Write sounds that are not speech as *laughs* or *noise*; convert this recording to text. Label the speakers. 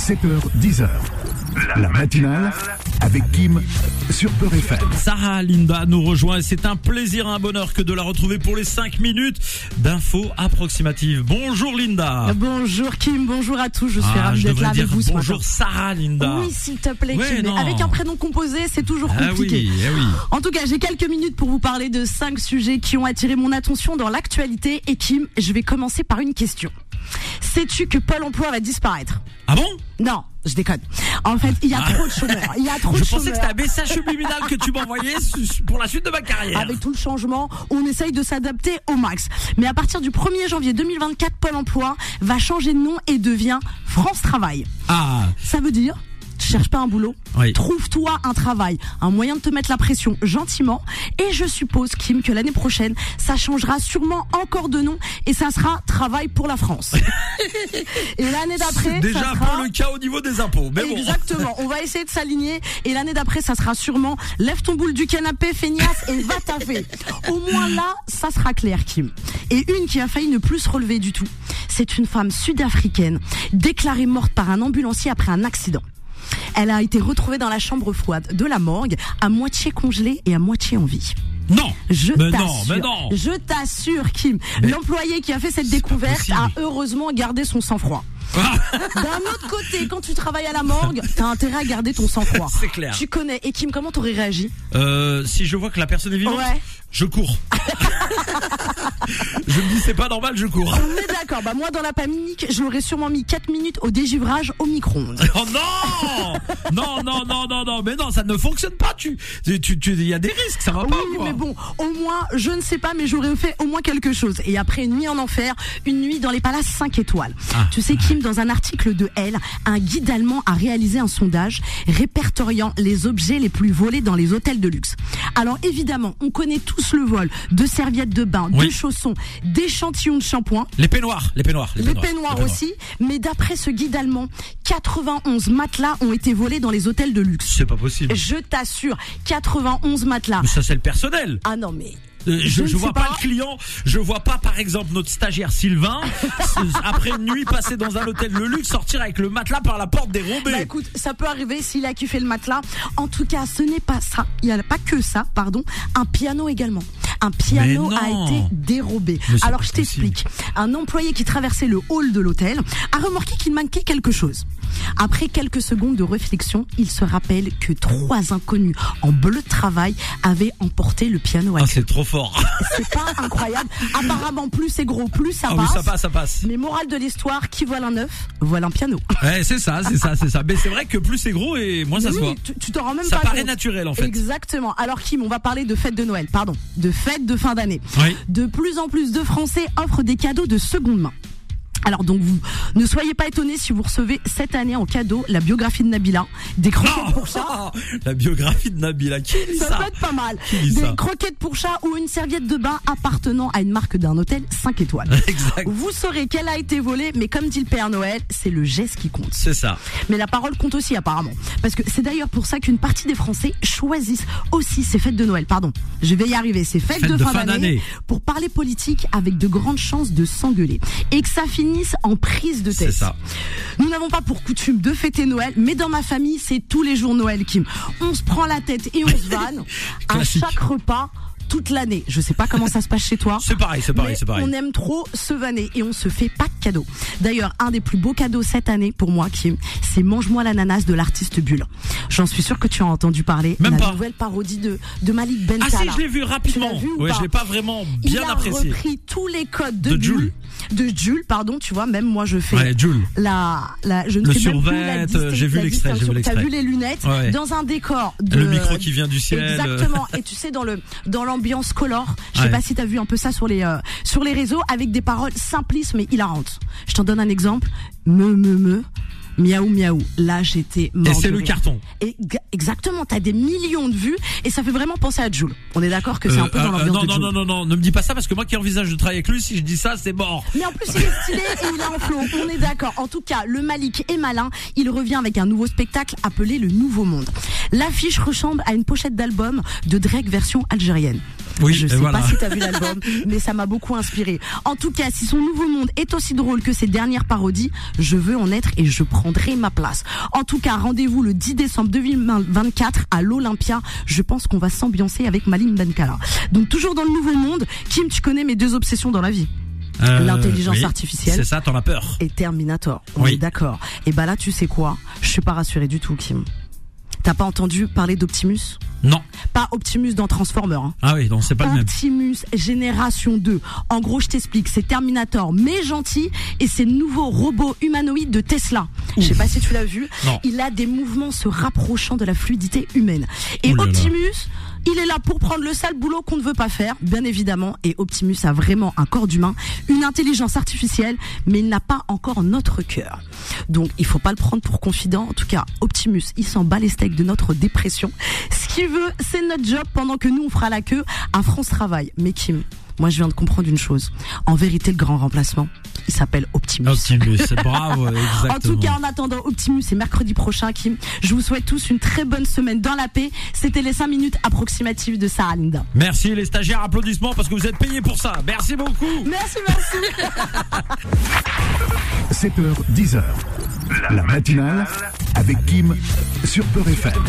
Speaker 1: 7h, 10h. La matinale avec Kim sur Peur FM.
Speaker 2: Sarah Linda nous rejoint et c'est un plaisir, un bonheur que de la retrouver pour les 5 minutes d'infos approximatives. Bonjour Linda.
Speaker 3: Bonjour Kim, bonjour à tous, je suis
Speaker 2: Ah,
Speaker 3: ravie
Speaker 2: je
Speaker 3: d'être
Speaker 2: devrais
Speaker 3: là
Speaker 2: dire
Speaker 3: avec vous ce
Speaker 2: bonjour
Speaker 3: matin.
Speaker 2: Sarah Linda.
Speaker 3: Oui, s'il te plaît,
Speaker 2: Ouais,
Speaker 3: Kim. mais
Speaker 2: non.
Speaker 3: Avec un prénom composé, c'est toujours
Speaker 2: ah
Speaker 3: compliqué.
Speaker 2: oui, eh oui.
Speaker 3: En tout cas, j'ai quelques minutes pour vous parler de cinq sujets qui ont attiré mon attention dans l'actualité. Et Kim, je vais commencer par une question. Sais-tu que Pôle emploi va disparaître
Speaker 2: Ah bon
Speaker 3: Non, je déconne. En fait, il y a
Speaker 2: Ah.
Speaker 3: trop de chômeurs.
Speaker 2: *laughs*
Speaker 3: Il y a trop
Speaker 2: Je
Speaker 3: de
Speaker 2: pensais que c'était
Speaker 3: chômeurs.
Speaker 2: un message subliminal que tu
Speaker 3: *laughs*
Speaker 2: m'envoyais su- su- pour la suite de ma carrière.
Speaker 3: Avec tout le changement, on essaye de s'adapter au max. Mais à partir du 1er janvier 2024, Pôle emploi va changer de nom et devient France Travail.
Speaker 2: Ah,
Speaker 3: Ça veut dire, tu cherches pas un boulot,
Speaker 2: Oui.
Speaker 3: trouve-toi un travail, un moyen de te mettre la pression gentiment. Et je suppose, Kim, que l'année prochaine, ça changera sûrement encore de nom et ça sera Travail pour
Speaker 2: *laughs*
Speaker 3: la France. et l'année d'après,
Speaker 2: c'est déjà
Speaker 3: ça
Speaker 2: un
Speaker 3: sera...
Speaker 2: peu le cas au niveau des impôts. Mais bon.
Speaker 3: Exactement, on va essayer de s'aligner et l'année d'après ça sera sûrement lève ton boule du canapé feignasse et va taffer. Au moins là, ça sera clair Kim. Et une qui a failli ne plus se relever du tout, c'est une femme sud-africaine déclarée morte par un ambulancier après un accident. Elle a été retrouvée dans la chambre froide de la morgue, à moitié congelée et à moitié en vie.
Speaker 2: Non.
Speaker 3: Je
Speaker 2: mais non, mais
Speaker 3: t'assure,
Speaker 2: non.
Speaker 3: je t'assure Kim, l'employé qui a fait cette découverte
Speaker 2: possible.
Speaker 3: a heureusement gardé son sang-froid.
Speaker 2: Ah,
Speaker 3: D'un autre côté, quand tu travailles à la morgue, t'as intérêt à garder ton sang-froid.
Speaker 2: C'est clair.
Speaker 3: Tu connais. Et Kim, comment t'aurais réagi
Speaker 2: Euh, si je vois que la personne est vivante,
Speaker 3: Ouais.
Speaker 2: je cours. *laughs* je me dis c'est pas normal, je cours.
Speaker 3: On est d'accord. Bah, moi, dans la panique, je l'aurais sûrement mis 4 minutes au dégivrage au micro-ondes.
Speaker 2: Oh non Non, non, non, non, non, mais non, ça ne fonctionne pas. Tu, tu, tu, tu- il y a des risques, ça va
Speaker 3: Oui,
Speaker 2: pas. quoi.
Speaker 3: mais bon, au moins, je ne sais pas, mais j'aurais fait au moins quelque chose. Et après une nuit en enfer, une nuit dans les palaces 5 étoiles.
Speaker 2: Ah.
Speaker 3: Tu sais, Kim, dans un article de Elle, un guide allemand a réalisé un sondage répertoriant les objets les plus volés dans les hôtels de luxe. Alors évidemment, on connaît tous le vol de serviettes de bain,
Speaker 2: Oui.
Speaker 3: de chaussons, d'échantillons de shampoing.
Speaker 2: Les peignoirs, les peignoirs,
Speaker 3: Les peignoirs aussi, mais d'après ce guide allemand, 91 matelas ont été volés dans les hôtels de luxe.
Speaker 2: C'est pas possible.
Speaker 3: Je t'assure, 91 matelas.
Speaker 2: Mais ça c'est le personnel.
Speaker 3: Ah non mais...
Speaker 2: Euh, Je,
Speaker 3: ne
Speaker 2: je
Speaker 3: sais
Speaker 2: vois pas. le client. Je vois pas par exemple notre stagiaire Sylvain s- après une nuit passée dans un hôtel de luxe sortir avec le matelas par la porte dérobée.
Speaker 3: Bah écoute, ça peut arriver s'il a kiffé le matelas. En tout cas, ce n'est pas ça. Il n'y a pas que ça, pardon. Un piano également. Un piano
Speaker 2: Mais
Speaker 3: a
Speaker 2: non.
Speaker 3: été dérobé.
Speaker 2: Mais c'est
Speaker 3: Alors
Speaker 2: pas
Speaker 3: je t'explique. Un employé qui traversait le hall de l'hôtel a remarqué qu'il manquait quelque chose. Après quelques secondes de réflexion, il se rappelle que trois inconnus en bleu de travail avaient emporté le piano à
Speaker 2: Ah,
Speaker 3: queue.
Speaker 2: c'est trop fort.
Speaker 3: C'est pas incroyable. Apparemment, plus c'est gros, plus ça
Speaker 2: Ah oui,
Speaker 3: passe.
Speaker 2: ça passe, ça passe.
Speaker 3: Mais morale de l'histoire, qui vole un œuf, vole un piano.
Speaker 2: Ouais, c'est ça, c'est ça, c'est ça. Mais c'est vrai que plus c'est gros et moins ça
Speaker 3: Oui,
Speaker 2: se voit.
Speaker 3: Tu, tu t'en rends même
Speaker 2: Ça
Speaker 3: pas
Speaker 2: paraît
Speaker 3: compte.
Speaker 2: naturel, en fait.
Speaker 3: Exactement. Alors Kim, on va parler de fête de Noël, pardon, de fête de fin d'année.
Speaker 2: Oui.
Speaker 3: De plus en plus de Français offrent des cadeaux de seconde main. Alors donc vous ne soyez pas étonnés si vous recevez cette année en cadeau la biographie de Nabila, des croquettes
Speaker 2: Non
Speaker 3: pour chat.
Speaker 2: *laughs* La biographie de Nabila. Qui dit
Speaker 3: Ça,
Speaker 2: ça
Speaker 3: peut être pas mal.
Speaker 2: Qui dit
Speaker 3: Des
Speaker 2: ça
Speaker 3: croquettes pour chat ou une serviette de bain appartenant à une marque d'un hôtel 5 étoiles.
Speaker 2: *laughs* Exact.
Speaker 3: Vous saurez qu'elle a été volée, mais comme dit le Père Noël, c'est le geste qui compte.
Speaker 2: C'est ça.
Speaker 3: Mais la parole compte aussi apparemment. Parce que c'est d'ailleurs pour ça qu'une partie des Français choisissent aussi ces fêtes de Noël, pardon. Je vais y arriver, ces fêtes
Speaker 2: Fêtes
Speaker 3: de,
Speaker 2: de
Speaker 3: fin,
Speaker 2: fin d'année.
Speaker 3: d'année pour parler politique avec de grandes chances de s'engueuler. Et que ça finisse en prise de
Speaker 2: C'est
Speaker 3: tête.
Speaker 2: ça.
Speaker 3: Nous n'avons pas pour coutume de fêter Noël, mais dans ma famille, c'est tous les jours Noël, Kim. On se prend la tête et on se
Speaker 2: *laughs*
Speaker 3: vanne à
Speaker 2: Classique.
Speaker 3: chaque repas toute l'année. Je sais pas comment ça se passe chez toi.
Speaker 2: C'est pareil, c'est pareil,
Speaker 3: Mais
Speaker 2: c'est pareil.
Speaker 3: On aime trop se vanner et on se fait pas de cadeaux. D'ailleurs, un des plus beaux cadeaux cette année pour moi, Kim, c'est Mange-moi l'ananas de l'artiste Bulle. J'en suis sûr que tu as entendu parler.
Speaker 2: Même
Speaker 3: la
Speaker 2: pas.
Speaker 3: nouvelle parodie de, de Malik
Speaker 2: Ah
Speaker 3: Bentala.
Speaker 2: si, je l'ai vu rapidement.
Speaker 3: Tu l'as vu ou
Speaker 2: ouais,
Speaker 3: pas
Speaker 2: je l'ai pas vraiment
Speaker 3: Il
Speaker 2: bien
Speaker 3: a
Speaker 2: apprécié.
Speaker 3: repris tous les codes de,
Speaker 2: De Jul.
Speaker 3: Jul. De Jul, pardon, tu vois, même moi je fais
Speaker 2: Ouais, Jules.
Speaker 3: la, la, je ne
Speaker 2: Le
Speaker 3: sais même plus
Speaker 2: survêt,
Speaker 3: la
Speaker 2: euh,
Speaker 3: distinct-
Speaker 2: j'ai vu
Speaker 3: la
Speaker 2: l'extrait, j'ai vu
Speaker 3: distinction.
Speaker 2: l'extrait.
Speaker 3: T'as vu les lunettes
Speaker 2: Ouais.
Speaker 3: dans un décor de
Speaker 2: Le micro qui vient du ciel, euh.
Speaker 3: Exactement. Et tu sais dans le dans l'ambiance color, je sais
Speaker 2: Ouais.
Speaker 3: pas si t'as vu un peu ça sur les euh, sur les réseaux avec des paroles simplistes mais hilarantes. Je t'en donne un exemple. Me me me. Miaou miaou. Là j'étais
Speaker 2: Et
Speaker 3: mort.
Speaker 2: c'est
Speaker 3: de
Speaker 2: le
Speaker 3: rire.
Speaker 2: carton.
Speaker 3: Et ga- exactement, t'as des millions de vues et ça fait vraiment penser à Jules. On est d'accord que c'est
Speaker 2: Euh,
Speaker 3: un peu dans
Speaker 2: euh,
Speaker 3: l'ambiance
Speaker 2: non,
Speaker 3: de
Speaker 2: non,
Speaker 3: Jul.
Speaker 2: non, non, non, ne me dis pas ça parce que moi qui envisage de travailler avec lui, si je dis ça, c'est mort.
Speaker 3: Mais en plus, il est stylé et il est en flot. On est d'accord. En tout cas, le Malik est malin. Il revient avec un nouveau spectacle appelé Le Nouveau Monde. L'affiche ressemble à une pochette d'album de Drake version algérienne.
Speaker 2: Oui,
Speaker 3: je
Speaker 2: et
Speaker 3: sais
Speaker 2: voilà.
Speaker 3: pas si t'as
Speaker 2: *laughs*
Speaker 3: vu l'album, mais ça m'a beaucoup inspiré. En tout cas, si son nouveau monde est aussi drôle que ses dernières parodies, je veux en être et je prends prendrai ma place. En tout cas, rendez-vous le 10 décembre 2024 à l'Olympia. Je pense qu'on va s'ambiancer avec Malim Benkala. Donc toujours dans le nouveau monde, Kim, tu connais mes deux obsessions dans la vie.
Speaker 2: Euh,
Speaker 3: L'intelligence
Speaker 2: oui.
Speaker 3: artificielle.
Speaker 2: C'est ça, t'en as peur.
Speaker 3: et Terminator. On
Speaker 2: Oui.
Speaker 3: est d'accord. Et bah là, tu sais quoi Je suis pas rassurée du tout, Kim. T'as pas entendu parler d'Optimus
Speaker 2: Non.
Speaker 3: Pas Optimus dans Transformers. Hein.
Speaker 2: Ah oui, non, c'est pas le même.
Speaker 3: Optimus Génération 2. En gros, je t'explique, c'est Terminator, mais gentil, et c'est le nouveau robot humanoïde de Tesla. Je sais pas si tu l'as vu.
Speaker 2: Non.
Speaker 3: Il a des mouvements se rapprochant de la fluidité humaine. Et
Speaker 2: Ouh Oh là là.
Speaker 3: Optimus, il est là pour prendre le sale boulot qu'on ne veut pas faire, bien évidemment. Et Optimus a vraiment un corps d'humain, une intelligence artificielle, mais il n'a pas encore notre cœur. Donc, il faut pas le prendre pour confident. En tout cas, Optimus, il s'en bat les steaks de notre dépression. Ce qu'il veut, c'est notre job pendant que nous, on fera la queue à France Travail. Mais Kim, moi, je viens de comprendre une chose. En vérité, le grand remplacement, il s'appelle Optimus.
Speaker 2: Optimus,
Speaker 3: *laughs*
Speaker 2: bravo, exactement.
Speaker 3: En tout cas, en attendant Optimus et mercredi prochain, Kim, je vous souhaite tous une très bonne semaine dans la paix. C'était les 5 minutes approximatives de Sarah Linda.
Speaker 2: Merci les stagiaires, applaudissements parce que vous êtes payés pour ça. Merci beaucoup.
Speaker 3: Merci, merci.
Speaker 1: 7h, 10h. La matinale avec Kim sur Peur FM.